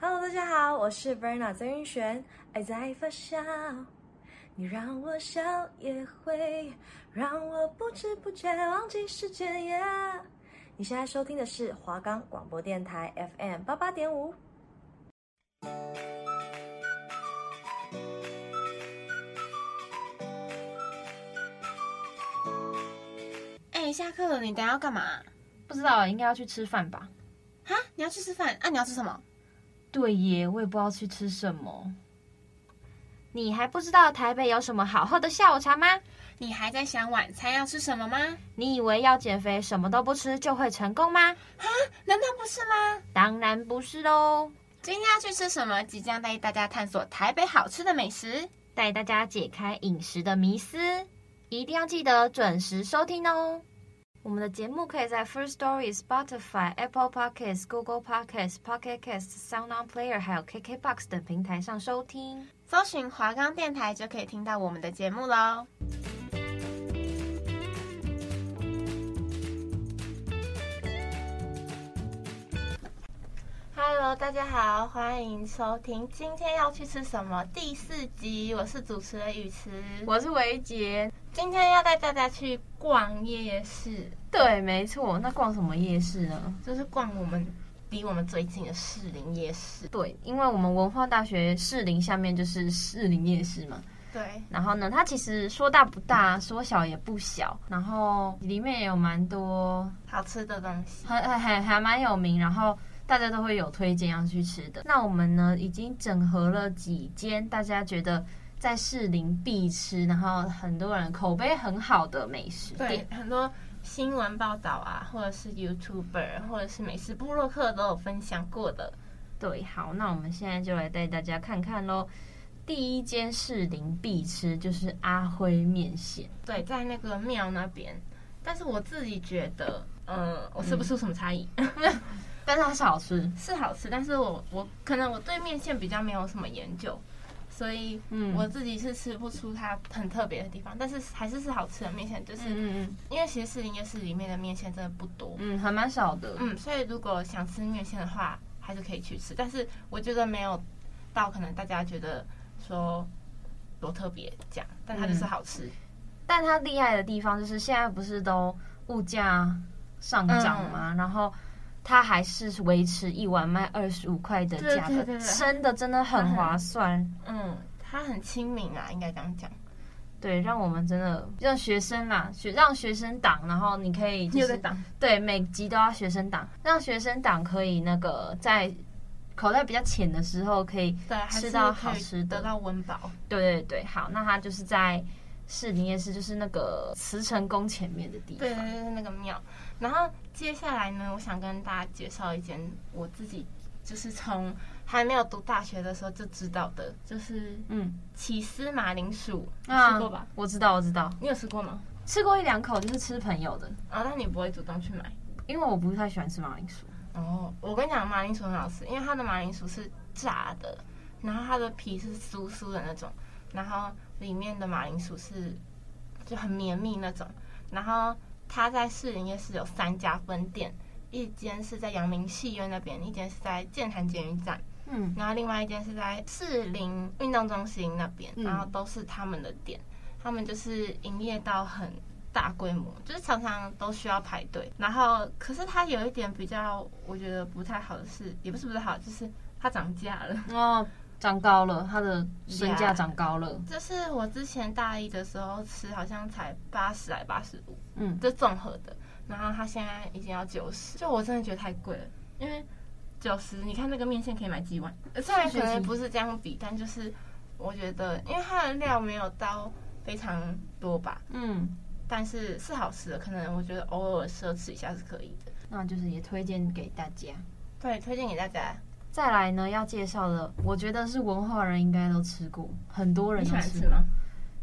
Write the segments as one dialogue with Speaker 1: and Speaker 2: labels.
Speaker 1: Hello，大家好，我是 Verna 曾云璇，爱在发酵，你让我笑，也会让我不知不觉忘记时间耶。你现在收听的是华冈广播电台 FM 八八点五。
Speaker 2: 哎、下课了，你等一下要干嘛？
Speaker 3: 不知道，应该要去吃饭吧？
Speaker 2: 哈，你要去吃饭啊？你要吃什么？
Speaker 3: 对耶，我也不知道去吃什么。你还不知道台北有什么好喝的下午茶吗？
Speaker 2: 你还在想晚餐要吃什么吗？
Speaker 3: 你以为要减肥什么都不吃就会成功吗？
Speaker 2: 难道不是吗？
Speaker 3: 当然不是喽！
Speaker 2: 今天要去吃什么？即将带大家探索台北好吃的美食。
Speaker 3: 带大家解开饮食的迷思，一定要记得准时收听哦。我们的节目可以在 First Story、Spotify、Apple Podcasts、Google Podcasts、Pocket Casts、Sound On Player 还有 KKBox 等平台上收听。
Speaker 2: 搜寻华冈电台就可以听到我们的节目喽。Hello，大家好，欢迎收听今天要去吃什么第四集，我是主持人雨慈，
Speaker 3: 我是维杰，
Speaker 2: 今天要带大家去逛夜市，
Speaker 3: 对，没错。那逛什么夜市呢？
Speaker 2: 就是逛我们离我们最近的士林夜市。
Speaker 3: 对，因为我们文化大学士林下面就是士林夜市嘛。
Speaker 2: 对，
Speaker 3: 然后呢，它其实说大不大，说小也不小。然后里面也有蛮多，
Speaker 2: 好吃的东西。
Speaker 3: 还还还还蛮有名。然后大家都会有推荐要去吃的。那我们呢，已经整合了几间大家觉得在士林必吃，然后很多人口碑很好的美食
Speaker 2: 对
Speaker 3: 店。，
Speaker 2: 很多新闻报道啊，或者是 YouTuber，或者是美食部落客都有分享过的。
Speaker 3: 对，好，那我们现在就来带大家看看喽。第一间士林必吃就是阿辉面线。
Speaker 2: 对，在那个庙那边，但是我自己觉得，呃，我吃不出什么差异，
Speaker 3: 但是它是好吃，
Speaker 2: 是好吃，但是我我可能我对面线比较没有什么研究。所以，
Speaker 3: 嗯
Speaker 2: 我自己是吃不出它很特别的地方，但是还是是好吃的面线，就是
Speaker 3: 嗯嗯
Speaker 2: 因为其实士林夜市里面的面线真的不多，
Speaker 3: 嗯，还蛮少的，
Speaker 2: 嗯，所以如果想吃面线的话，还是可以去吃。但是我觉得没有到可能大家觉得说多特别这样，但它就是好吃。
Speaker 3: 但它厉害的地方就是现在不是都物价上涨
Speaker 2: 嗯
Speaker 3: 嘛，然后它还是维持一碗卖二十五块的价
Speaker 2: 对对
Speaker 3: 格
Speaker 2: 对，对
Speaker 3: 真的真的很划算。
Speaker 2: 嗯，它很亲民啊，应该这样讲。
Speaker 3: 对，让我们真的让学生啦，学让学生党，然后你可以就是
Speaker 2: 挡，
Speaker 3: 对，每集都要学生党，让学生党可以那个在口袋比较浅的时候可以
Speaker 2: 对，还是
Speaker 3: 吃
Speaker 2: 可
Speaker 3: 到
Speaker 2: 以
Speaker 3: 好吃的
Speaker 2: 得到温饱。
Speaker 3: 对对对，好，那它就是在士林夜市，就是那个慈城宫前面的地方。
Speaker 2: 对对对，那个庙。然后接下来呢，我想跟大家介绍一间我自己就是从还没有读大学的时候就知道的，就是
Speaker 3: 嗯，
Speaker 2: 起司马铃薯，你
Speaker 3: 啊
Speaker 2: 吃过吧？？
Speaker 3: 我知道，我知道，
Speaker 2: 你有吃过吗？
Speaker 3: 吃过一两口，就是吃朋友的，
Speaker 2: 啊，那你不会主动去买？
Speaker 3: 因为我不太喜欢吃马铃薯。
Speaker 2: 哦，我跟你讲，马铃薯很好吃，因为它的马铃薯是炸的，然后它的皮是酥酥的那种，然后里面的马铃薯是就很绵密那种。然后它在士林夜市有三家分店，一间是在阳明戏院那边，一间是在建潭监狱站，
Speaker 3: 嗯，
Speaker 2: 然后另外一间是在士林运动中心那边，
Speaker 3: 嗯
Speaker 2: 然后都是他们的店，他们就是营业到很大规模，就是常常都需要排队。然后，可是它有一点比较，我觉得不太好的是，也不是不太好，就是它涨价了。
Speaker 3: 哦，长高了，它的身价
Speaker 2: Yeah
Speaker 3: 长高了。
Speaker 2: 就是我之前大一的时候吃，好像才八十来八十五，
Speaker 3: 嗯，
Speaker 2: 这综合的。然后它现在已经要九十，就我真的觉得太贵了，因为九十，你看那个面线可以买几碗，呃虽然可能不是这样比，但就是我觉得，因为它的料没有到非常多吧，
Speaker 3: 嗯，
Speaker 2: 但是是好吃的，可能我觉得偶尔奢侈一下是可以的。
Speaker 3: 那就是也推荐给大家。
Speaker 2: 对，推荐给大家。
Speaker 3: 再来呢，要介绍的，我觉得是文化人应该都吃过，很多人
Speaker 2: 你喜
Speaker 3: 都
Speaker 2: 欢
Speaker 3: 吃
Speaker 2: 吃
Speaker 3: 过。
Speaker 2: 吗？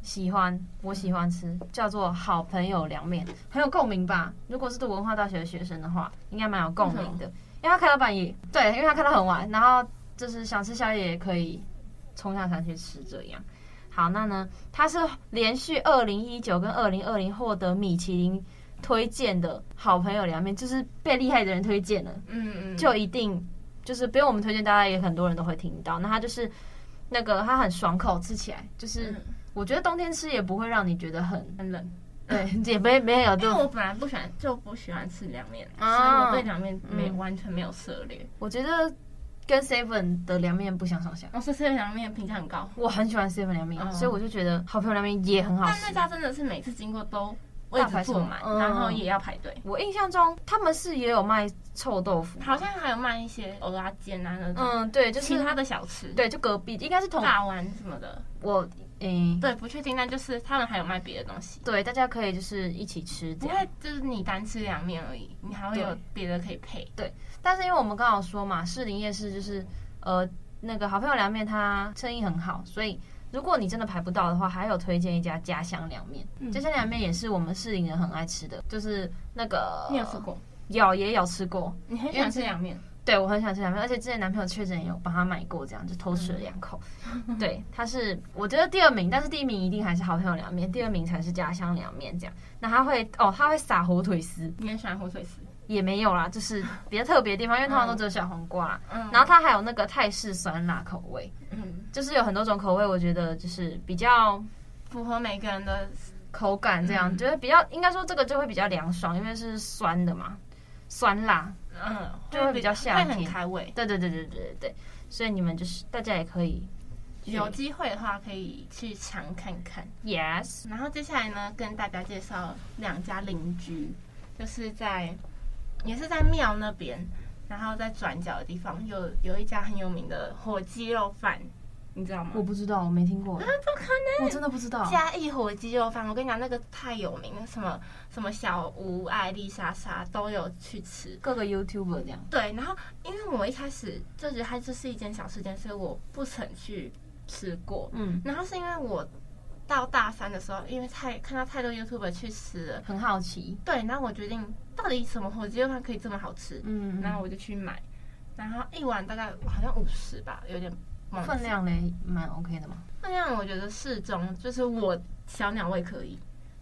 Speaker 3: 喜欢，我喜欢吃，叫做好朋友凉面，很有共鸣吧？如果是读文化大学的学生的话，应该蛮有共鸣的，因为他开到半夜，对，因为他开到很晚，然后就是想吃宵夜也可以冲下山去吃这样。好，那呢，它是连续二零一九跟二零二零获得米其林推荐的好朋友凉面，就是被厉害的人推荐了，
Speaker 2: 嗯嗯，
Speaker 3: 就一定就是不用我们推荐，大家也很多人都会听到。那它就是那个它很爽口，吃起来就是、
Speaker 2: 嗯
Speaker 3: 我觉得冬天吃也不会让你觉得很
Speaker 2: 很冷。
Speaker 3: 对，也没没有
Speaker 2: 因为
Speaker 3: 就
Speaker 2: 我本来不喜欢，就不喜欢吃凉面，所以
Speaker 3: 啊
Speaker 2: 我对凉面没
Speaker 3: 嗯
Speaker 2: 完全没有涉猎。
Speaker 3: 我觉得跟 seven 的凉面不相上下。
Speaker 2: 我是对凉面评价很高，
Speaker 3: 我很喜欢 seven 凉面，
Speaker 2: 嗯
Speaker 3: 所以我就觉得好朋友凉面也很好
Speaker 2: 但
Speaker 3: 吃
Speaker 2: 那。家真的是每次经过都位
Speaker 3: 大排
Speaker 2: 置
Speaker 3: 长
Speaker 2: 坐满，
Speaker 3: 嗯
Speaker 2: 然后也要排队。
Speaker 3: 我印象中他们是也有卖臭豆腐，
Speaker 2: 好像还有卖一些蚵仔煎啊那种，
Speaker 3: 嗯，对，就是
Speaker 2: 其他的小吃，
Speaker 3: 对，就隔壁应该是同
Speaker 2: 大丸什么的，
Speaker 3: 我嗯，
Speaker 2: 对，不确定，但就是他们还有卖别的东西。
Speaker 3: 对，大家可以就是一起吃
Speaker 2: 不
Speaker 3: 这样。
Speaker 2: 会，就是你单吃凉面而已，你还会有
Speaker 3: 对
Speaker 2: 别的可以配。
Speaker 3: 但是因为我们刚好说嘛，士林夜市就是呃那个好朋友凉面它生意很好，所以如果你真的排不到的话，还有推荐一家家乡凉面。
Speaker 2: 嗯
Speaker 3: 家乡凉面也是我们士林人很爱吃的，就是那个
Speaker 2: 你有吃？过？
Speaker 3: 有也有吃过。
Speaker 2: 你很喜欢吃凉面？
Speaker 3: 呃对我很想吃凉面，而且之前男朋友确诊也有帮他买过，这样就偷吃了两口。
Speaker 2: 嗯
Speaker 3: 对，他是我觉得第二名，但是第一名一定还是好朋友凉面，第二名才是家乡凉面这样。那他会哦，他会撒火腿丝，
Speaker 2: 你很喜欢火腿丝？
Speaker 3: 也没有啦，就是比较特别的地方，因为通常都只有小黄瓜啦。
Speaker 2: 嗯
Speaker 3: 然后它还有那个泰式酸辣口味，
Speaker 2: 嗯，
Speaker 3: 就是有很多种口味，我觉得就是比较
Speaker 2: 符合每个人的
Speaker 3: 口感这样，
Speaker 2: 嗯
Speaker 3: 觉得比较应该说这个就会比较凉爽，因为是酸的嘛，酸辣。
Speaker 2: 嗯，
Speaker 3: 就会比较夏
Speaker 2: 会
Speaker 3: 天
Speaker 2: 很开胃。
Speaker 3: 对对对对对对对，所以你们就是大家也可以
Speaker 2: 有机会的话可以去尝看看。
Speaker 3: ，yes，
Speaker 2: 然后接下来呢，跟大家介绍两家邻居，就是在也是在庙那边，然后在转角的地方有有一家很有名的火鸡肉饭，你知道吗？
Speaker 3: 我不知道，我没听过
Speaker 2: 啊，，不可能！
Speaker 3: 哦我真的不知道。
Speaker 2: 嘉义火鸡肉饭，我跟你讲，那个太有名了，什么什么小吴、艾丽莎莎都有去吃。
Speaker 3: 各个 YouTuber 这样，
Speaker 2: 对，然后因为我一开始就觉得它就是一间小吃店，所以我不曾去吃过。
Speaker 3: 嗯，
Speaker 2: 然后是因为我到大三的时候，因为太看到太多 YouTube 去吃了，
Speaker 3: 很好奇，
Speaker 2: 对，然后我决定到底什么火鸡肉饭可以这么好吃，
Speaker 3: 嗯，
Speaker 2: 然后我就去买，然后一碗大概好像五十吧，有点忘记
Speaker 3: 分，量嘞蛮 OK 的嘛，
Speaker 2: 分量我觉得适中，就是我小鸟胃可以，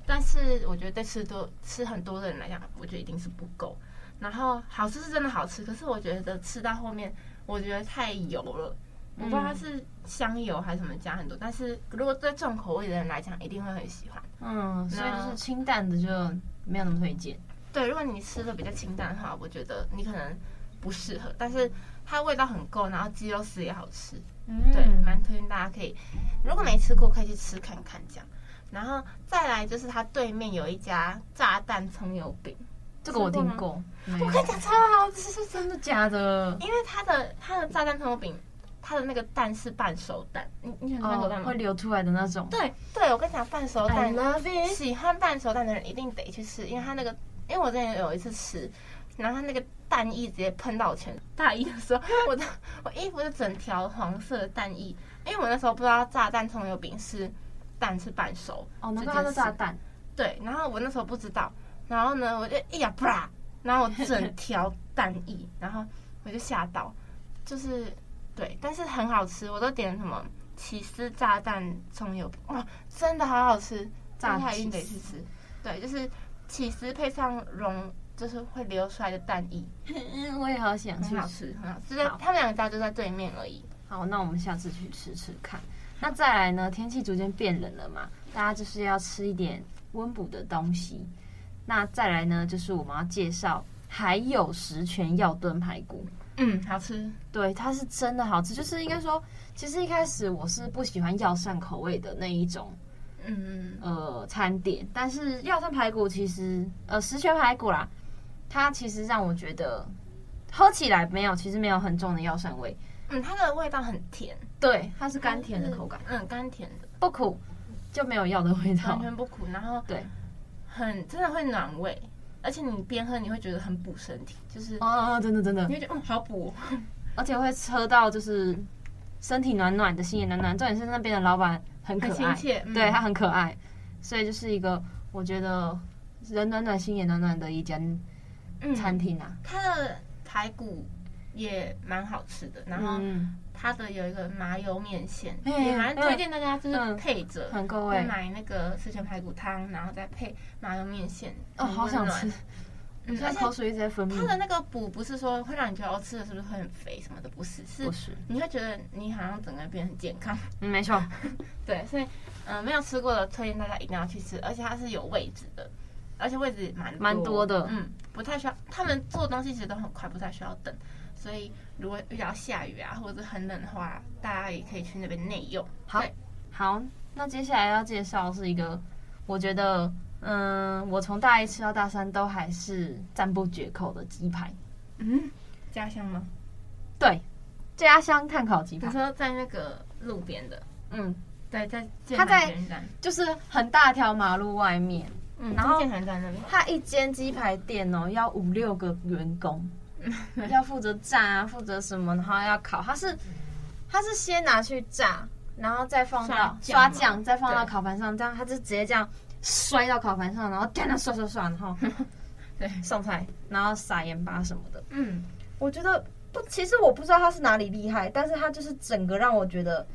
Speaker 2: 但是我觉得对吃多吃很多的人来讲，我觉得一定是不够。然后好吃是真的好吃，可是我觉得吃到后面，我觉得太油了。我不知道
Speaker 3: 嗯
Speaker 2: 它是香油还是什么加很多，但是如果对重口味的人来讲，一定会很喜欢。
Speaker 3: 嗯，所以就
Speaker 2: 那
Speaker 3: 是清淡的就没有那么推荐，
Speaker 2: 对，如果你吃的比较清淡的话，我觉得你可能不适合。但是它味道很够，然后鸡肉丝也好吃，
Speaker 3: 嗯
Speaker 2: 对，蛮推荐大家可以，如果没吃过可以去吃看看这样。然后再来就是它对面有一家炸弹葱油饼，
Speaker 3: 这个我听过，没有
Speaker 2: 我跟哦你讲超好吃，真
Speaker 3: 真的假的？
Speaker 2: 因为它的它的炸弹葱油饼，它的那个蛋是半熟蛋，你你喜欢吃半熟蛋
Speaker 3: 哦，
Speaker 2: 吗
Speaker 3: 会？流出来的那种。
Speaker 2: 对对，我跟你讲，半熟蛋
Speaker 3: love
Speaker 2: 喜欢半熟蛋的人一定得去吃，因为它那个，因为我之前有一次吃，然后它那个蛋液直接喷到我全身。大一的时候，我的我衣服就整条黄色的蛋液，因为我那时候不知道炸弹葱油饼是蛋是半熟，
Speaker 3: 哦，难怪它叫炸弹。
Speaker 2: 对，然后我那时候不知道，然后呢，我就一呀啪啦，然后我整条蛋液，然后我就吓到，就是对，但是很好吃，我都点什么起司炸弹葱油饼，哇，真的好好吃，
Speaker 3: 炸
Speaker 2: 大家一定
Speaker 3: 起
Speaker 2: 得去吃，对，就是起司配上融，就是会流出来的蛋液，
Speaker 3: 嗯，我也好想去
Speaker 2: 很好
Speaker 3: 吃。
Speaker 2: 吃，很好吃，就在
Speaker 3: 好
Speaker 2: 他们两家就在对面而已，
Speaker 3: 好，那我们下次去吃吃看。那再来呢？天气逐渐变冷了嘛，大家就是要吃一点温补的东西。那再来呢，就是我们要介绍还有十全药炖排骨。
Speaker 2: 嗯，好吃，
Speaker 3: 对，它是真的好吃，就是应该说，其实一开始我是不喜欢药膳口味的那一种
Speaker 2: 嗯，
Speaker 3: 呃餐点，但是药膳排骨其实呃十全排骨啦，它其实让我觉得喝起来没有，其实没有很重的药膳味，
Speaker 2: 嗯，它的味道很甜，
Speaker 3: 对，它是甘甜的口感，，
Speaker 2: 嗯，甘甜的，
Speaker 3: 不苦，就没有药的味
Speaker 2: 完
Speaker 3: 道。
Speaker 2: 全不苦，然后
Speaker 3: 对，
Speaker 2: 很真的会暖胃，而且你边喝你会觉得很补身体，就是
Speaker 3: 哦哦，哦真的真的
Speaker 2: 你，会觉得嗯好补哦，
Speaker 3: 而且会喝到就是身体暖暖的，心也暖暖。重点是那边的老板很可
Speaker 2: 很亲
Speaker 3: 爱，
Speaker 2: 切，嗯
Speaker 3: 对他很可爱，所以就是一个我觉得人暖暖心也暖暖的一间
Speaker 2: 嗯
Speaker 3: 餐厅啊。
Speaker 2: 它的排骨也蛮好吃的，然后
Speaker 3: 嗯，
Speaker 2: 它的有一个麻油面线，
Speaker 3: 嗯
Speaker 2: 也蛮推荐大家就
Speaker 3: 嗯
Speaker 2: 是配着。
Speaker 3: 很够
Speaker 2: 会
Speaker 3: 味
Speaker 2: 买那个四川排骨汤，然后再配麻油面线，
Speaker 3: 哦，
Speaker 2: 很
Speaker 3: 好
Speaker 2: 温
Speaker 3: 想
Speaker 2: 暖
Speaker 3: 吃。
Speaker 2: 嗯
Speaker 3: 所以
Speaker 2: 而且
Speaker 3: 口水一直在分泌。
Speaker 2: 它的那个补不是说会让你觉得哦吃了是不是会很肥什么的，不是，是
Speaker 3: 不是，
Speaker 2: 你会觉得你好像整个人变得很健康。
Speaker 3: 嗯，没错，
Speaker 2: 对，所以嗯、呃没有吃过的推荐大家一定要去吃，而且它是有位置的，而且位置蛮
Speaker 3: 蛮多的
Speaker 2: 嗯，不太需要，他们做东西其实都很快，不太需要等。所以如果遇到下雨啊或者是很冷的话，大家也可以去那边内用。
Speaker 3: 好
Speaker 2: 对
Speaker 3: 好，那接下来要介绍是一个，我觉得，嗯，我从大一吃到大三都还是赞不绝口的鸡排，
Speaker 2: 嗯，家乡吗？
Speaker 3: 对，家乡炭烤鸡
Speaker 2: 你
Speaker 3: 排，
Speaker 2: 说在那个路边的，
Speaker 3: 嗯，
Speaker 2: 对，在建
Speaker 3: 它
Speaker 2: 潭
Speaker 3: 在
Speaker 2: 捷运站，
Speaker 3: 就是很大条马路外面，
Speaker 2: 嗯，
Speaker 3: 然
Speaker 2: 在
Speaker 3: 后
Speaker 2: 建潭站那边，
Speaker 3: 它一间鸡排店哦，要五六个员工，
Speaker 2: 嗯
Speaker 3: 要负责炸啊，负责什么，然后要烤，它是它是先拿去炸，然后再放到
Speaker 2: 刷
Speaker 3: 刷
Speaker 2: 酱嘛
Speaker 3: 酱，再放到
Speaker 2: 对
Speaker 3: 烤盘上，这样它就直接这样摔到烤盘上，然后在那刷刷刷，然 后
Speaker 2: 对
Speaker 3: 上菜，然后撒盐巴什么的。
Speaker 2: 嗯，
Speaker 3: 我觉得不，其实我不知道它是哪里厉害，但是它就是整个让我觉得，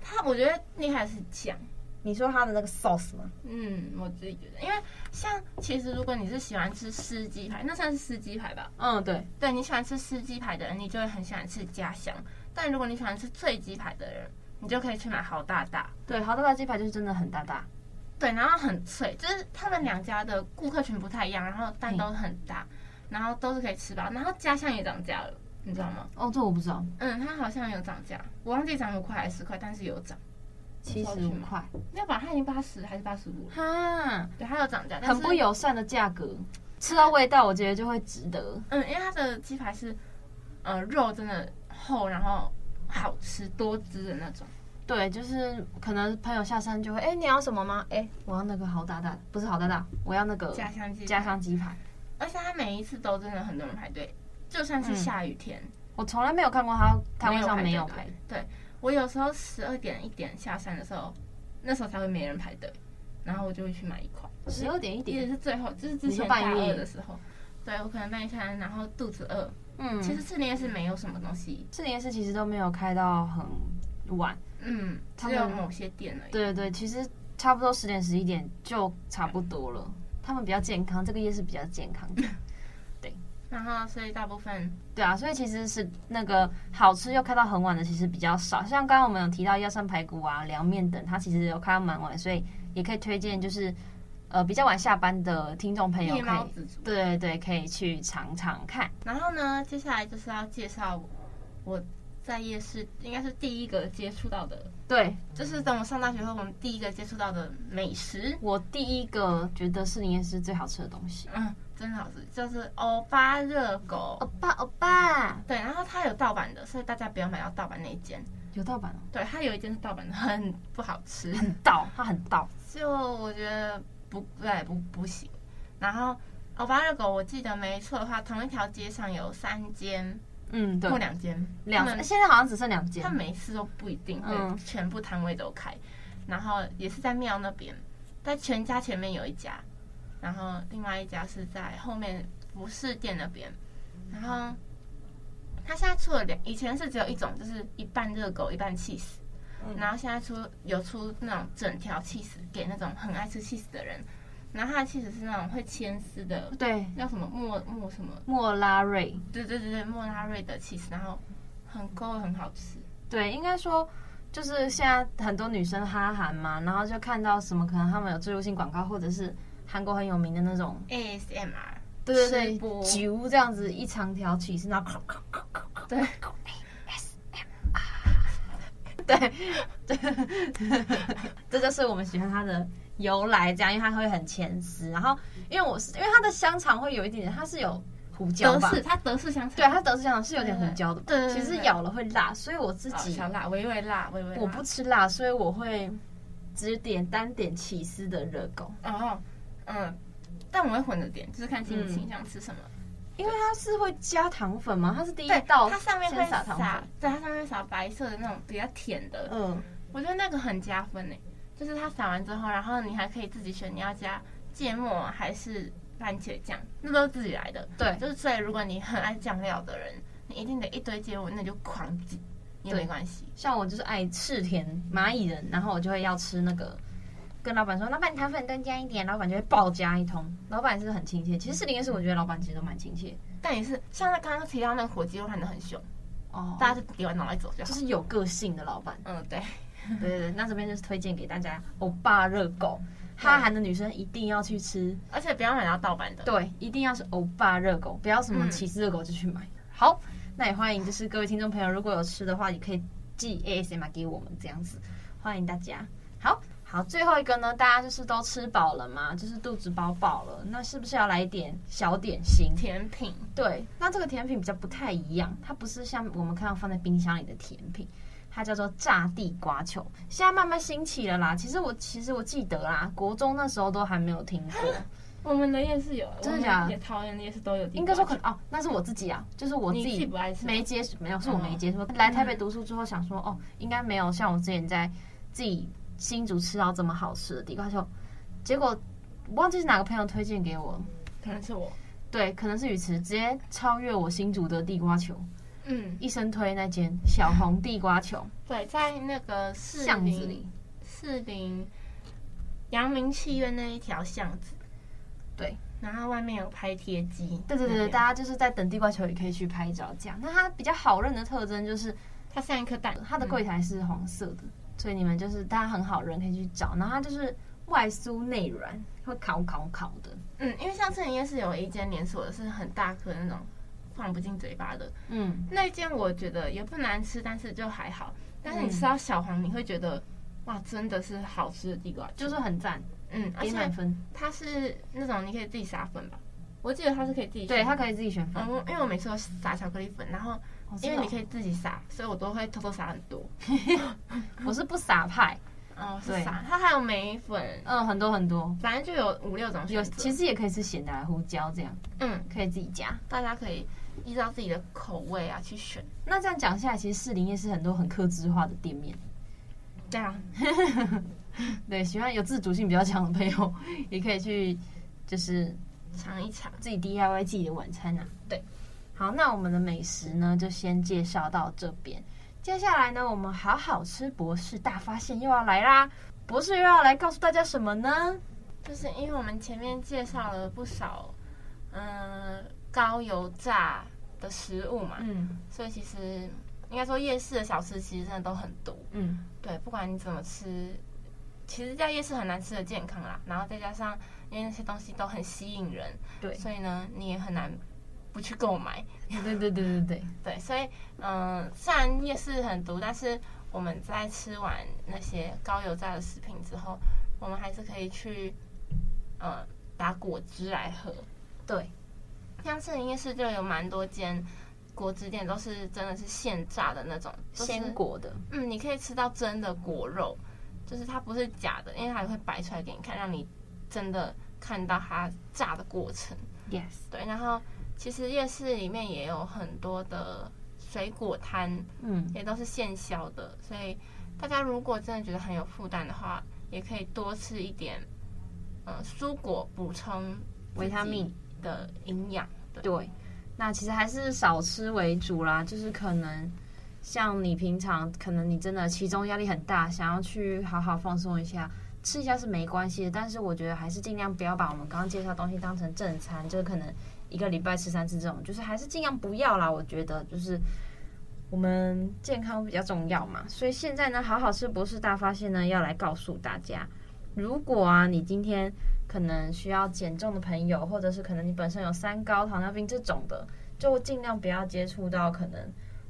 Speaker 2: 它我觉得厉害的是酱。
Speaker 3: 你说它的那个 sauce 吗？
Speaker 2: 嗯，我自己觉得，因为像其实如果你是喜欢吃湿鸡排，那算是湿鸡排吧？
Speaker 3: 嗯，对，
Speaker 2: 对你喜欢吃湿鸡排的人，你就会很喜欢吃家乡；但如果你喜欢吃脆鸡排的人，你就可以去买好大大。
Speaker 3: 对，好大大鸡排就是真的很大大，
Speaker 2: 对，然后很脆，就是他们两家的顾客群不太一样，然后但
Speaker 3: 嗯
Speaker 2: 都很大，然后都是可以吃饱。然后家乡也涨价了，你知道吗？
Speaker 3: 哦，这我不知道，
Speaker 2: 嗯，它好像有涨价，我忘记涨五块还是十块，但是有涨。
Speaker 3: 七
Speaker 2: 少
Speaker 3: 十
Speaker 2: 去
Speaker 3: 五
Speaker 2: 买
Speaker 3: 块，
Speaker 2: 没有吧？它已经八十还是八十五？
Speaker 3: 哈，
Speaker 2: 对，它有涨价，但
Speaker 3: 很
Speaker 2: 是
Speaker 3: 不友善的价格，吃到味道，我觉得就会值得。
Speaker 2: 嗯，因为它的鸡排是，呃，肉真的厚，然后好吃多汁的那种。
Speaker 3: 对，就是可能朋友下山就会，哎、你要什么吗？哎、我要那个好大大，不是好大大，我要那个
Speaker 2: 家乡鸡，
Speaker 3: 家，乡鸡排。
Speaker 2: 而且它每一次都真的很多人排队，就算是下雨天，
Speaker 3: 我从来没有看过他摊位嗯上没有
Speaker 2: 排
Speaker 3: 排
Speaker 2: 队。对我有时候十二点一点下山的时候，那时候才会没人排队，然后我就会去买一块，
Speaker 3: 十二点一
Speaker 2: 也
Speaker 3: 点，
Speaker 2: 是最后，就是之
Speaker 3: 你说
Speaker 2: 前
Speaker 3: 半
Speaker 2: 大
Speaker 3: 夜
Speaker 2: 二的时候。对，我可能半夜下山，然后肚子饿。
Speaker 3: 嗯，
Speaker 2: 其实吃年夜市没有什么东西，
Speaker 3: 这件事其实都没有开到很晚。
Speaker 2: 嗯，
Speaker 3: 他
Speaker 2: 只有
Speaker 3: 们
Speaker 2: 某些店而已。
Speaker 3: 对对对，其实差不多十点十一点就差不多了。他们比较健康，这个夜市比较健康。
Speaker 2: 然后，所以大部分
Speaker 3: 对啊，所以其实是那个好吃又开到很晚的，其实比较少。像刚刚我们有提到药膳排骨啊、凉面等，它其实有开到蛮晚，所以也可以推荐就是呃比较晚下班的听众朋友
Speaker 2: 夜猫
Speaker 3: 可以，
Speaker 2: 子族。
Speaker 3: 对对对，可以去尝尝看。
Speaker 2: 然后呢，接下来就是要介绍我我在夜市应该是第一个接触到的，
Speaker 3: 对
Speaker 2: 就是等我上大学后，我们第一个接触到的美食。
Speaker 3: 我第一个觉得士林夜市最好吃的东西，
Speaker 2: 嗯，真的好吃，就是欧巴热狗。
Speaker 3: 欧巴欧巴
Speaker 2: 对，然后它有盗版的，所以大家不要买到盗版那一间。
Speaker 3: 有盗版哦，
Speaker 2: 对，它有一间是盗版的，很不好吃，
Speaker 3: 很盗，它很盗。
Speaker 2: 就我觉得不对不不行。然后欧巴热狗，我记得没错的话，同一条街上有三间
Speaker 3: 嗯，对
Speaker 2: 或，两间，
Speaker 3: 两
Speaker 2: 他们
Speaker 3: 现在好像只剩两间
Speaker 2: 他。每次都不一定会
Speaker 3: 嗯
Speaker 2: 全部摊位都开，然后也是在庙那边，在全家前面有一家，然后另外一家是在后面服饰店那边，然后他现在出了两，以前是只有一种，就是一半热狗一半 cheese，、然后
Speaker 3: 嗯
Speaker 2: 现在出有出那种整条 cheese 给那种很爱吃 cheese 的人，然后他的 cheese 是那种会牵丝的，
Speaker 3: 对，
Speaker 2: 叫什么莫莫什么，
Speaker 3: 莫拉瑞。
Speaker 2: 对对对对，莫拉瑞的 cheese，然后很勾很好吃。
Speaker 3: 对，应该说就是现在很多女生哈韩嘛，然后就看到什么可能他们有植入性广告，或者是韩国很有名的那种，
Speaker 2: ASMR，
Speaker 3: 对对
Speaker 2: 吃
Speaker 3: 对
Speaker 2: 播，
Speaker 3: 酒这样子一长条起是那咔咔咔咔咔，
Speaker 2: 对，
Speaker 3: 对，这这就是我们喜欢它的由来，这样，因为它会很牵丝。然后因为我是因为它的香肠会有一点点，它是有胡椒
Speaker 2: 德
Speaker 3: 吧。
Speaker 2: 式，它德式香肠，
Speaker 3: 对，它德式香肠是有点胡椒的，
Speaker 2: 对对对对
Speaker 3: 其实咬了会辣，所以我自
Speaker 2: 哦
Speaker 3: 己
Speaker 2: 小辣，微微辣，微微辣。
Speaker 3: 我不吃辣，所以我会只点单点起司的热狗，
Speaker 2: 哦，嗯，但我会混着点，就是看心情
Speaker 3: 嗯
Speaker 2: 想吃什么。
Speaker 3: 因为它是会加糖粉嘛，它是第一
Speaker 2: 对，
Speaker 3: 道
Speaker 2: 它上面会
Speaker 3: 先撒糖
Speaker 2: 撒
Speaker 3: 粉，，
Speaker 2: 对，它上面会撒白色的那种比较甜的，
Speaker 3: 嗯，
Speaker 2: 我觉得那个很加分诶。就是它撒完之后，然后你还可以自己选你要加芥末还是番茄酱，那都是自己来的。
Speaker 3: 对
Speaker 2: 就是所以如果你很爱酱料的人，你一定得一堆芥末，那你就狂挤也没
Speaker 3: 对
Speaker 2: 关系。
Speaker 3: 像我就是爱赤甜蚂蚁人，然后我就会要吃那个跟老板说，老板糖粉多加一点，老板就会暴加一通。老板是很亲切，其实士林夜市我觉得老板其实都蛮亲切
Speaker 2: 但也是像他刚刚提到那个火鸡肉看得很凶，
Speaker 3: 哦
Speaker 2: 大家就点完脑袋走就
Speaker 3: 就
Speaker 2: 好。
Speaker 3: 是有个性的老板。
Speaker 2: 嗯，对，
Speaker 3: 对对对，那这边就是推荐给大家欧巴热狗，哈韩的女生一定要去吃，
Speaker 2: 而且不要买到盗版的。
Speaker 3: 对，一定要是欧巴热狗，不要什么
Speaker 2: 嗯
Speaker 3: 起司热狗就去买。好，那也欢迎就是各位听众朋友，如果有吃的话，也可以寄 ASMR 给我们这样子，欢迎大家。好好，最后一个呢，大家就是都吃饱了嘛，就是肚子饱饱了，那是不是要来一点小点心？
Speaker 2: 甜品，
Speaker 3: 对，那这个甜品比较不太一样，它不是像我们看到放在冰箱里的甜品，它叫做炸地瓜球。现在慢慢兴起了啦。其实我其实我记得啦，国中那时候都还没有听过。
Speaker 2: 我们的夜市有，
Speaker 3: 真的假的
Speaker 2: 我们也桃园的夜市都有地瓜球。
Speaker 3: 应该说可能哦，那是我自己啊，就是我自
Speaker 2: 你自
Speaker 3: 己
Speaker 2: 己不爱吃吗嗯
Speaker 3: 没接触，没有是我没接触。来台北读书之后，想说哦，应该没有像我之前在自己新竹吃到这么好吃的地瓜球。结果我忘记是哪个朋友推荐给我，
Speaker 2: 可能是我。
Speaker 3: 对，可能是鱼池，直接超越我新竹的地瓜球，
Speaker 2: 嗯，
Speaker 3: 一生推那间小红地瓜球
Speaker 2: 对，在那个 士
Speaker 3: 巷子
Speaker 2: 林
Speaker 3: 里。
Speaker 2: 士林阳明戏院那一条巷子。
Speaker 3: 对，
Speaker 2: 然后外面有拍贴机。
Speaker 3: 对对对
Speaker 2: 那
Speaker 3: 对，
Speaker 2: 边
Speaker 3: 大家就是在等地瓜球也可以去拍照这样。那它比较好认的特征就是
Speaker 2: 它像一颗蛋，
Speaker 3: 它的柜台是黄色的，所以你们就是大家很好认可以去找。然后它就是外酥内软，会烤烤烤的。
Speaker 2: 嗯，因为像之前夜市有一间连锁的是很大颗那种，放不进嘴巴的
Speaker 3: 嗯，
Speaker 2: 那一间，我觉得也不难吃，但是就还好。但是你
Speaker 3: 嗯
Speaker 2: 吃到小黄，你会觉得哇，真的是好吃的地瓜，
Speaker 3: 就是很赞，
Speaker 2: 嗯，而
Speaker 3: 给
Speaker 2: 且
Speaker 3: 满分。
Speaker 2: 它是那种你可以自己撒粉吧，我记得它是可以自己
Speaker 3: 对，它
Speaker 2: 以。
Speaker 3: 可以自己选分
Speaker 2: 嗯，。我因为我每次都撒巧克力粉，然后
Speaker 3: 哦
Speaker 2: 因为你可，
Speaker 3: 真
Speaker 2: 以自己撒，所以我都会偷偷撒很多。
Speaker 3: 的哦我是不撒派，
Speaker 2: 哦，是
Speaker 3: 对
Speaker 2: 撒，它还有梅粉，
Speaker 3: 嗯，很多很多。
Speaker 2: 反正就有五六种选
Speaker 3: 有，
Speaker 2: 择。
Speaker 3: 其实也可以吃咸的啊胡椒这样，
Speaker 2: 嗯，
Speaker 3: 可以自己加。
Speaker 2: 大家可以依照自己的口味啊去选。
Speaker 3: 那这样讲下来，其实士林夜市很多很克制化的店面。
Speaker 2: 这样，
Speaker 3: 对，喜欢有自主性比较强的朋友， 也可以去就是
Speaker 2: 尝一尝。
Speaker 3: 自己 DIY 自己的晚餐啊。
Speaker 2: 对，
Speaker 3: 好，那我们的美食呢，就先介绍到这边。接下来呢，我们好好吃博士大发现又要来啦！博士又要来告诉大家什么呢？
Speaker 2: 就是因为我们前面介绍了不少，嗯、高油炸的食物嘛，
Speaker 3: 嗯
Speaker 2: 所以其实应该说夜市的小吃其实真的都很多。
Speaker 3: 嗯，
Speaker 2: 对，不管你怎么吃，其实，在夜市很难吃的健康啦。然后再加上因为那些东西都很吸引人，
Speaker 3: 对
Speaker 2: 所以呢，你也很难不去购买。
Speaker 3: 对对对对对，
Speaker 2: 对，所以嗯、虽然夜市很毒，但是我们在吃完那些高油炸的食品之后，我们还是可以去呃打果汁来喝。
Speaker 3: 对，
Speaker 2: 像士林夜市就有蛮多间果汁店，都是真的是现榨的那种，就是
Speaker 3: 鲜果的，
Speaker 2: 嗯，你可以吃到真的果肉，就是它不是假的，因为它也会摆出来给你看，让你真的看到它炸的过程。
Speaker 3: yes，
Speaker 2: 对，然后其实夜市里面也有很多的水果摊，
Speaker 3: 嗯，
Speaker 2: 也都是现销的，所以大家如果真的觉得很有负担的话，也可以多吃一点，呃，蔬果补充
Speaker 3: 维他命。
Speaker 2: 的营养。对，
Speaker 3: 对，那其实还是少吃为主啦，就是可能像你平常，可能你真的期中压力很大，想要去好好放松一下，吃一下是没关系的，但是我觉得还是尽量不要把我们刚刚介绍的东西当成正餐，就是可能一个礼拜吃三次这种，就是还是尽量不要啦。我觉得就是。我们健康比较重要嘛，所以现在呢，好好吃博士大发现呢，要来告诉大家，如果啊，你今天可能需要减重的朋友，或者是可能你本身有三高、糖尿病这种的，就尽量不要接触到可能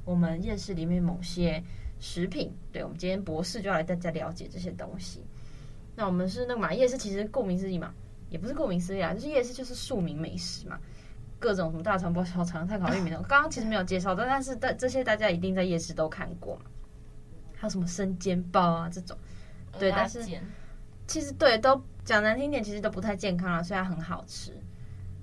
Speaker 3: 我们夜市里面某些食品。对，我们今天博士就要来大家了解这些东西。那我们是那个嘛，夜市其实顾名思义嘛，也不是顾名思义啊，就是夜市就是庶民美食嘛，各种什么大肠包小肠、碳烤玉米那种。刚刚其实没有介绍到，但是但这些大家一定在夜市都看过嘛，还有什么生煎包啊这种。对
Speaker 2: 鹅
Speaker 3: 但
Speaker 2: 啊
Speaker 3: 是
Speaker 2: 煎
Speaker 3: 其实对，都讲难听点，其实都不太健康啦。虽然很好吃，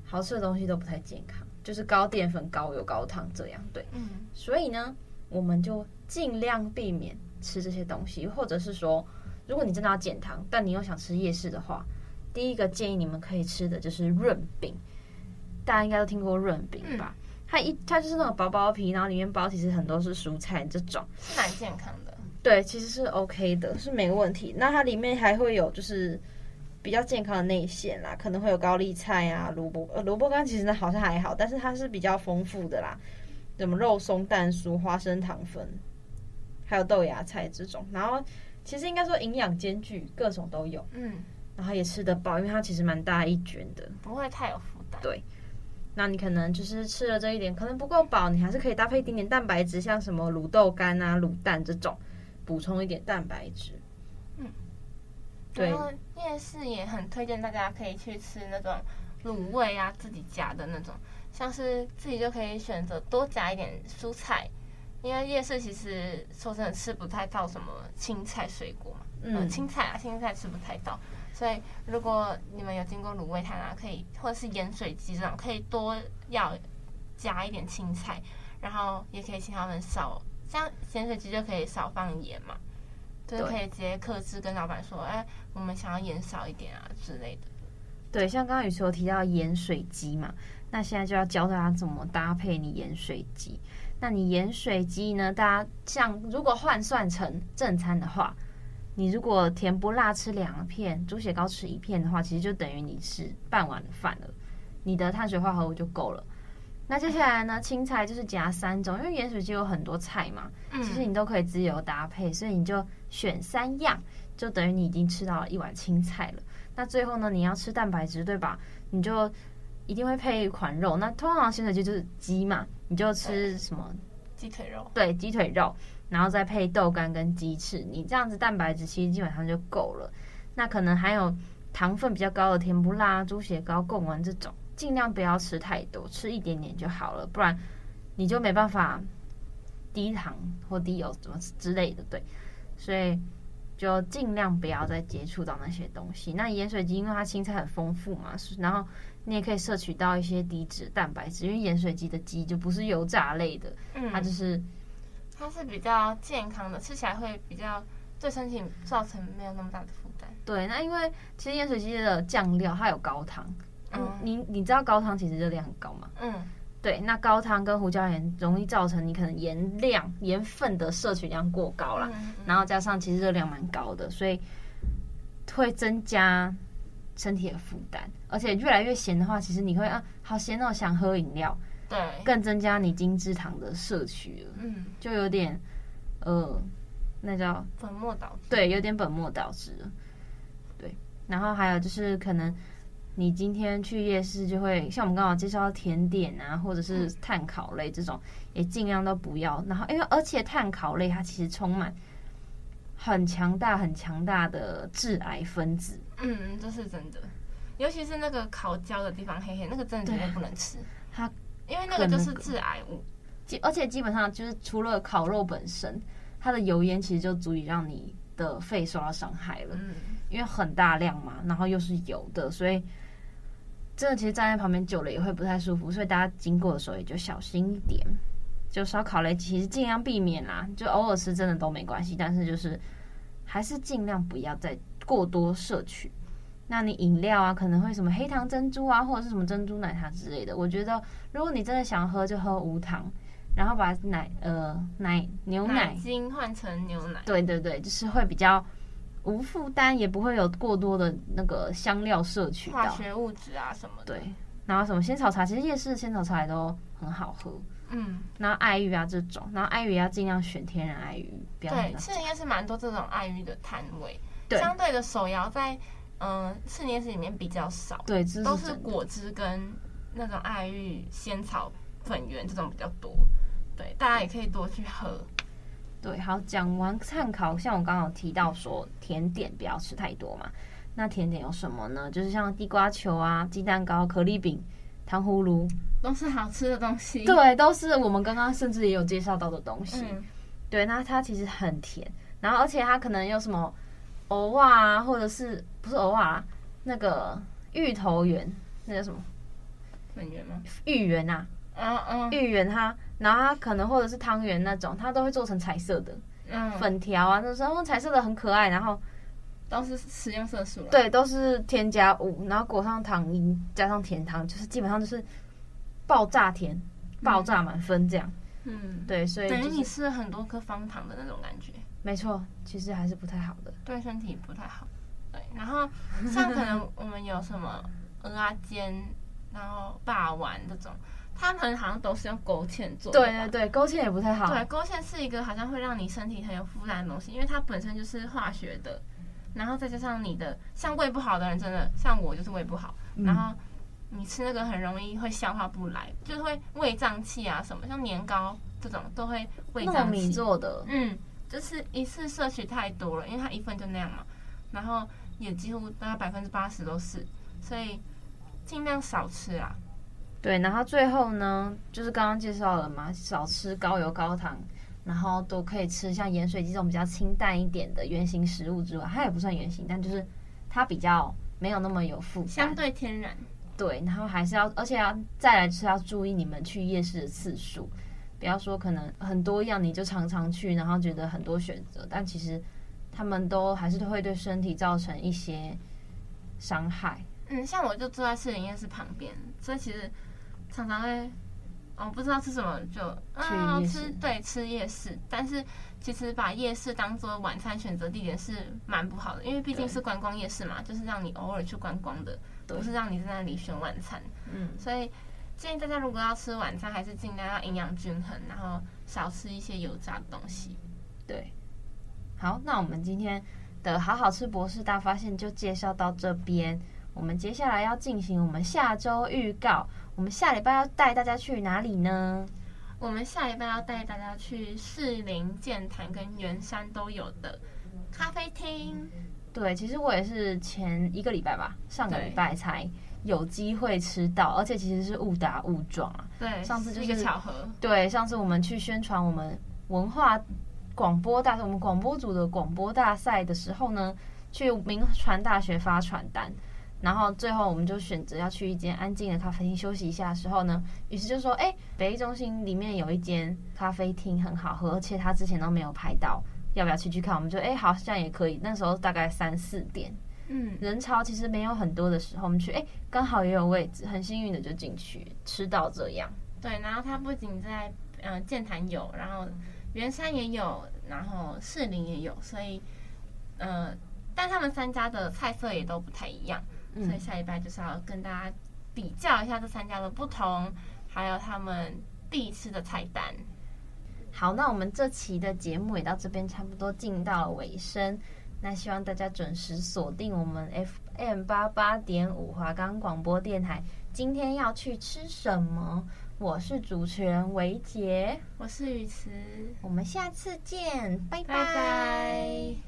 Speaker 3: 好吃的东西都不太健康，就是高淀粉、高油、高糖这样。对，
Speaker 2: 嗯，
Speaker 3: 所以呢，我们就尽量避免吃这些东西，或者是说，如果你真的要减糖，但你又想吃夜市的话，第一个建议你们可以吃的就是润饼。大家应该都听过润饼吧？它一它就是那种薄薄皮，然后里面包其实很多是蔬菜这种，
Speaker 2: 是蛮健康的。
Speaker 3: 对，其实是 OK 的，是没问题。那它里面还会有就是比较健康的内馅啦，可能会有高丽菜啊、萝卜呃萝卜干，其实好像还好，但是它是比较丰富的啦，什么肉松蛋酥、花生糖粉，还有豆芽菜这种。然后其实应该说营养兼具，各种都有，
Speaker 2: 嗯，
Speaker 3: 然后也吃得饱，因为它其实蛮大一卷的。
Speaker 2: 不会太有负担。
Speaker 3: 对那你可能就是吃了这一点，可能不够饱，你还是可以搭配一点点蛋白质，像什么卤豆干啊、卤蛋这种，补充一点蛋白质。对
Speaker 2: 然后夜市也很推荐大家可以去吃那种卤味啊，自己夹的那种，像是自己就可以选择多夹一点蔬菜，因为夜市其实说真的吃不太到什么青菜水果嘛，
Speaker 3: 嗯
Speaker 2: 呃青菜啊，青菜吃不太到，所以如果你们有经过卤味摊啊，可以或者是盐水鸡这种，可以多要加一点青菜，然后也可以请他们少，像咸水鸡就可以少放盐嘛，就是
Speaker 3: 对
Speaker 2: 可以直接克制跟老板说，哎，我们想要盐少一点啊之类的。
Speaker 3: 对，像刚刚雨有提到盐水鸡嘛，那现在就要教大家怎么搭配你盐水鸡。那你盐水鸡呢？大家像如果换算成正餐的话，你如果甜不辣吃两片，猪血糕吃一片的话，其实就等于你吃半碗饭了，你的碳水化合物就够了。那接下来呢，青菜就是夹三种，因为盐水鸡有很多菜嘛，其实你都可以自由搭配，所以你就选三样，就等于你已经吃到了一碗青菜了。那最后呢，你要吃蛋白质，对吧？你就一定会配一款肉。那通常咸水鸡就是鸡嘛，你就吃什么？
Speaker 2: 鸡腿肉，
Speaker 3: 对，鸡腿肉，然后再配豆干跟鸡翅，你这样子蛋白质其实基本上就够了。那可能还有糖分比较高的甜不辣、啊猪血糕、贡丸这种，尽量不要吃太多，吃一点点就好了，不然你就没办法低糖或低油什么之类的，对，所以。就尽量不要再接触到那些东西。那盐水鸡因为它青菜很丰富嘛，是然后你也可以摄取到一些低脂蛋白质，因为盐水鸡的鸡就不是油炸类的，
Speaker 2: 嗯
Speaker 3: 它就是
Speaker 2: 它是比较健康的，吃起来会比较对身体造成没有那么大的负担。
Speaker 3: 对，那因为其实盐水鸡的酱料它有高汤，嗯
Speaker 2: 嗯，
Speaker 3: 你你知道高汤其实热量很高嘛？
Speaker 2: 嗯，
Speaker 3: 对，那高汤跟胡椒盐容易造成你可能盐量、盐分的摄取量过高啦，
Speaker 2: 嗯
Speaker 3: 然后加上其实热量蛮高的，所以会增加身体的负担，而且越来越咸的话，其实你会啊好咸哦，想喝饮料，
Speaker 2: 对，
Speaker 3: 更增加你精制糖的摄取了，
Speaker 2: 嗯，
Speaker 3: 就有点呃，那叫
Speaker 2: 粉末导致。
Speaker 3: 对，有点本末倒置了。对，然后还有就是可能你今天去夜市就会像我们刚好介绍到甜点啊，或者是碳烤类这种，也尽量都不要。然后因为而且碳烤类它其实充满很强大、很强大的致癌分子。
Speaker 2: 嗯，这是真的，尤其是那个烤焦的地方黑黑，那个真的绝对不能吃。
Speaker 3: 它
Speaker 2: 因为那个
Speaker 3: 啃那
Speaker 2: 就是
Speaker 3: 个
Speaker 2: 致癌物，
Speaker 3: 基而且基本上就是除了烤肉本身，它的油烟其实就足以让你的肺受到伤害了。
Speaker 2: 嗯，
Speaker 3: 因为很大量嘛，然后又是油的，所以真的其实站在旁边久了也会不太舒服，所以大家经过的时候也就小心一点。就烧烤类其实尽量避免啦，就偶尔吃真的都没关系，但是就是还是尽量不要再过多摄取。那你饮料啊，可能会什么黑糖珍珠啊，或者是什么珍珠奶茶之类的。我觉得如果你真的想喝，就喝无糖，然后把奶呃奶牛奶
Speaker 2: 奶精换成牛奶，
Speaker 3: 对对对，就是会比较无负担，也不会有过多的那个香料摄取
Speaker 2: 化
Speaker 3: 到。
Speaker 2: 学物质啊什么的，
Speaker 3: 对，然后什么仙草茶，其实夜市的仙草茶也都很好喝。
Speaker 2: 嗯，
Speaker 3: 然后爱玉啊这种，然后爱玉也要尽量选天然爱玉，不要
Speaker 2: 对，
Speaker 3: 那
Speaker 2: 现在应该是蛮多这种爱玉的摊位，
Speaker 3: 对
Speaker 2: 相对的手摇在嗯、呃、市年市里面比较少，
Speaker 3: 对，这
Speaker 2: 都
Speaker 3: 是
Speaker 2: 是
Speaker 3: 真的
Speaker 2: 果汁跟那种爱玉、仙草粉圆这种比较多，对，大家也可以多去喝，
Speaker 3: 对，好，讲完碳烤，像我刚刚有提到说甜点不要吃太多嘛。那甜点有什么呢？就是像地瓜球啊、鸡蛋糕、可丽饼、糖葫芦，
Speaker 2: 都是好吃的东西，，
Speaker 3: 对，都是我们刚刚甚至也有介绍到的东西。
Speaker 2: 嗯，
Speaker 3: 对，那它其实很甜，然后而且它可能有什么偶啊，或者是不是偶啊，那个芋头圆，那叫什么
Speaker 2: 粉圆吗？
Speaker 3: 芋圆啊，
Speaker 2: 嗯嗯
Speaker 3: 芋圆它，然后它可能或者是汤圆那种，它都会做成彩色的
Speaker 2: 嗯，
Speaker 3: 粉条啊，那时候彩色的很可爱，然后
Speaker 2: 都是食用色素了，，
Speaker 3: 对，都是添加物，然后裹上糖衣，加上甜汤，就是基本上就是爆炸甜，爆炸满分这样。
Speaker 2: 嗯，
Speaker 3: 对，所以、
Speaker 2: 等于
Speaker 3: 就
Speaker 2: 你
Speaker 3: 是
Speaker 2: 吃了很多颗方糖的那种感觉，
Speaker 3: 没错，其实还是不太好的。
Speaker 2: 对身体不太好。对，然后像可能我们有什么鹅啊煎，然后霸丸这种，他们好像都是用勾芡做的
Speaker 3: 对
Speaker 2: 吧。
Speaker 3: 对对，勾芡也不太好。啊
Speaker 2: 对，勾芡是一个好像会让你身体很有负担的东西，因为它本身就是化学的，然后再加上你的像胃不好的人，真的像我就是胃不好，
Speaker 3: 嗯
Speaker 2: 然后你吃那个很容易会消化不来，就是会胃胀气啊什么，像年糕这种都会胃
Speaker 3: 糯
Speaker 2: 胀
Speaker 3: 米
Speaker 2: 气。
Speaker 3: 做的，
Speaker 2: 嗯，就是一次摄取太多了，因为它一份就那样嘛，然后也几乎大概百分之八十都是，所以尽量少吃啊。
Speaker 3: 对，然后最后呢，就是刚刚介绍了嘛，少吃高油高糖，然后都可以吃像盐水鸡这种比较清淡一点的圆形食物之外，它也不算圆形，但就是它比较没有那么有负担，
Speaker 2: 相对天然，
Speaker 3: 对，然后还是要，而且要再来吃要注意你们去夜市的次数，不要说可能很多样你就常常去，然后觉得很多选择，但其实他们都还是会对身体造成一些伤害。
Speaker 2: 嗯，像我就住在士林夜市旁边，所以其实常常会，哦，不知道吃什么就嗯
Speaker 3: 夜
Speaker 2: 吃
Speaker 3: 市
Speaker 2: 对吃夜市，但是其实把夜市当做晚餐选择地点是蛮不好的，因为毕竟
Speaker 3: 对
Speaker 2: 是观光夜市嘛，就是让你偶尔去观光的，不
Speaker 3: 对
Speaker 2: 是让你在那里选晚餐。
Speaker 3: 嗯，
Speaker 2: 所以建议大家如果要吃晚餐，还是尽量要营养均衡，然后少吃一些油炸的东西。
Speaker 3: 对。好，那我们今天的好好吃博士大发现就介绍到这边，我们接下来要进行我们下周预告，我们下礼拜要带大家去哪里呢？
Speaker 2: 我们下一拜要带大家去士林、剑潭跟圆山都有的咖啡厅。
Speaker 3: 对，其实我也是前一个礼拜吧，上个
Speaker 2: 对
Speaker 3: 礼拜才有机会吃到，而且其实是误打误撞啊。
Speaker 2: 对，
Speaker 3: 上次就是
Speaker 2: 一个巧合。
Speaker 3: 对，上次我们去宣传我们文化广播大，我们广播组的广播大赛的时候呢，去明传大学发传单，然后最后我们就选择要去一间安静的咖啡厅休息一下的时候呢，于是就说，哎，北艺中心里面有一间咖啡厅很好喝，而且他之前都没有拍到，要不要去去看？我们就哎，好像也可以。那时候大概三四点。
Speaker 2: 嗯，
Speaker 3: 人潮其实没有很多的时候，我们去，哎、刚好也有位置，很幸运的就进去吃到这样。
Speaker 2: 对。然后它不仅在呃剑潭有，然后圆山也有，然后士林也有，所以呃，但他们三家的菜色也都不太一样。所以
Speaker 3: 嗯，
Speaker 2: 下一拜就是要跟大家比较一下这三家的不同，还有他们必吃的菜单。
Speaker 3: 好，那我们这期的节目也到这边差不多进到了尾声，那希望大家准时锁定我们 FM 八八点五华冈广播电台。今天要去吃什么？我是主持人维杰，
Speaker 2: 我是雨慈，
Speaker 3: 我们下次见，拜
Speaker 2: 拜拜。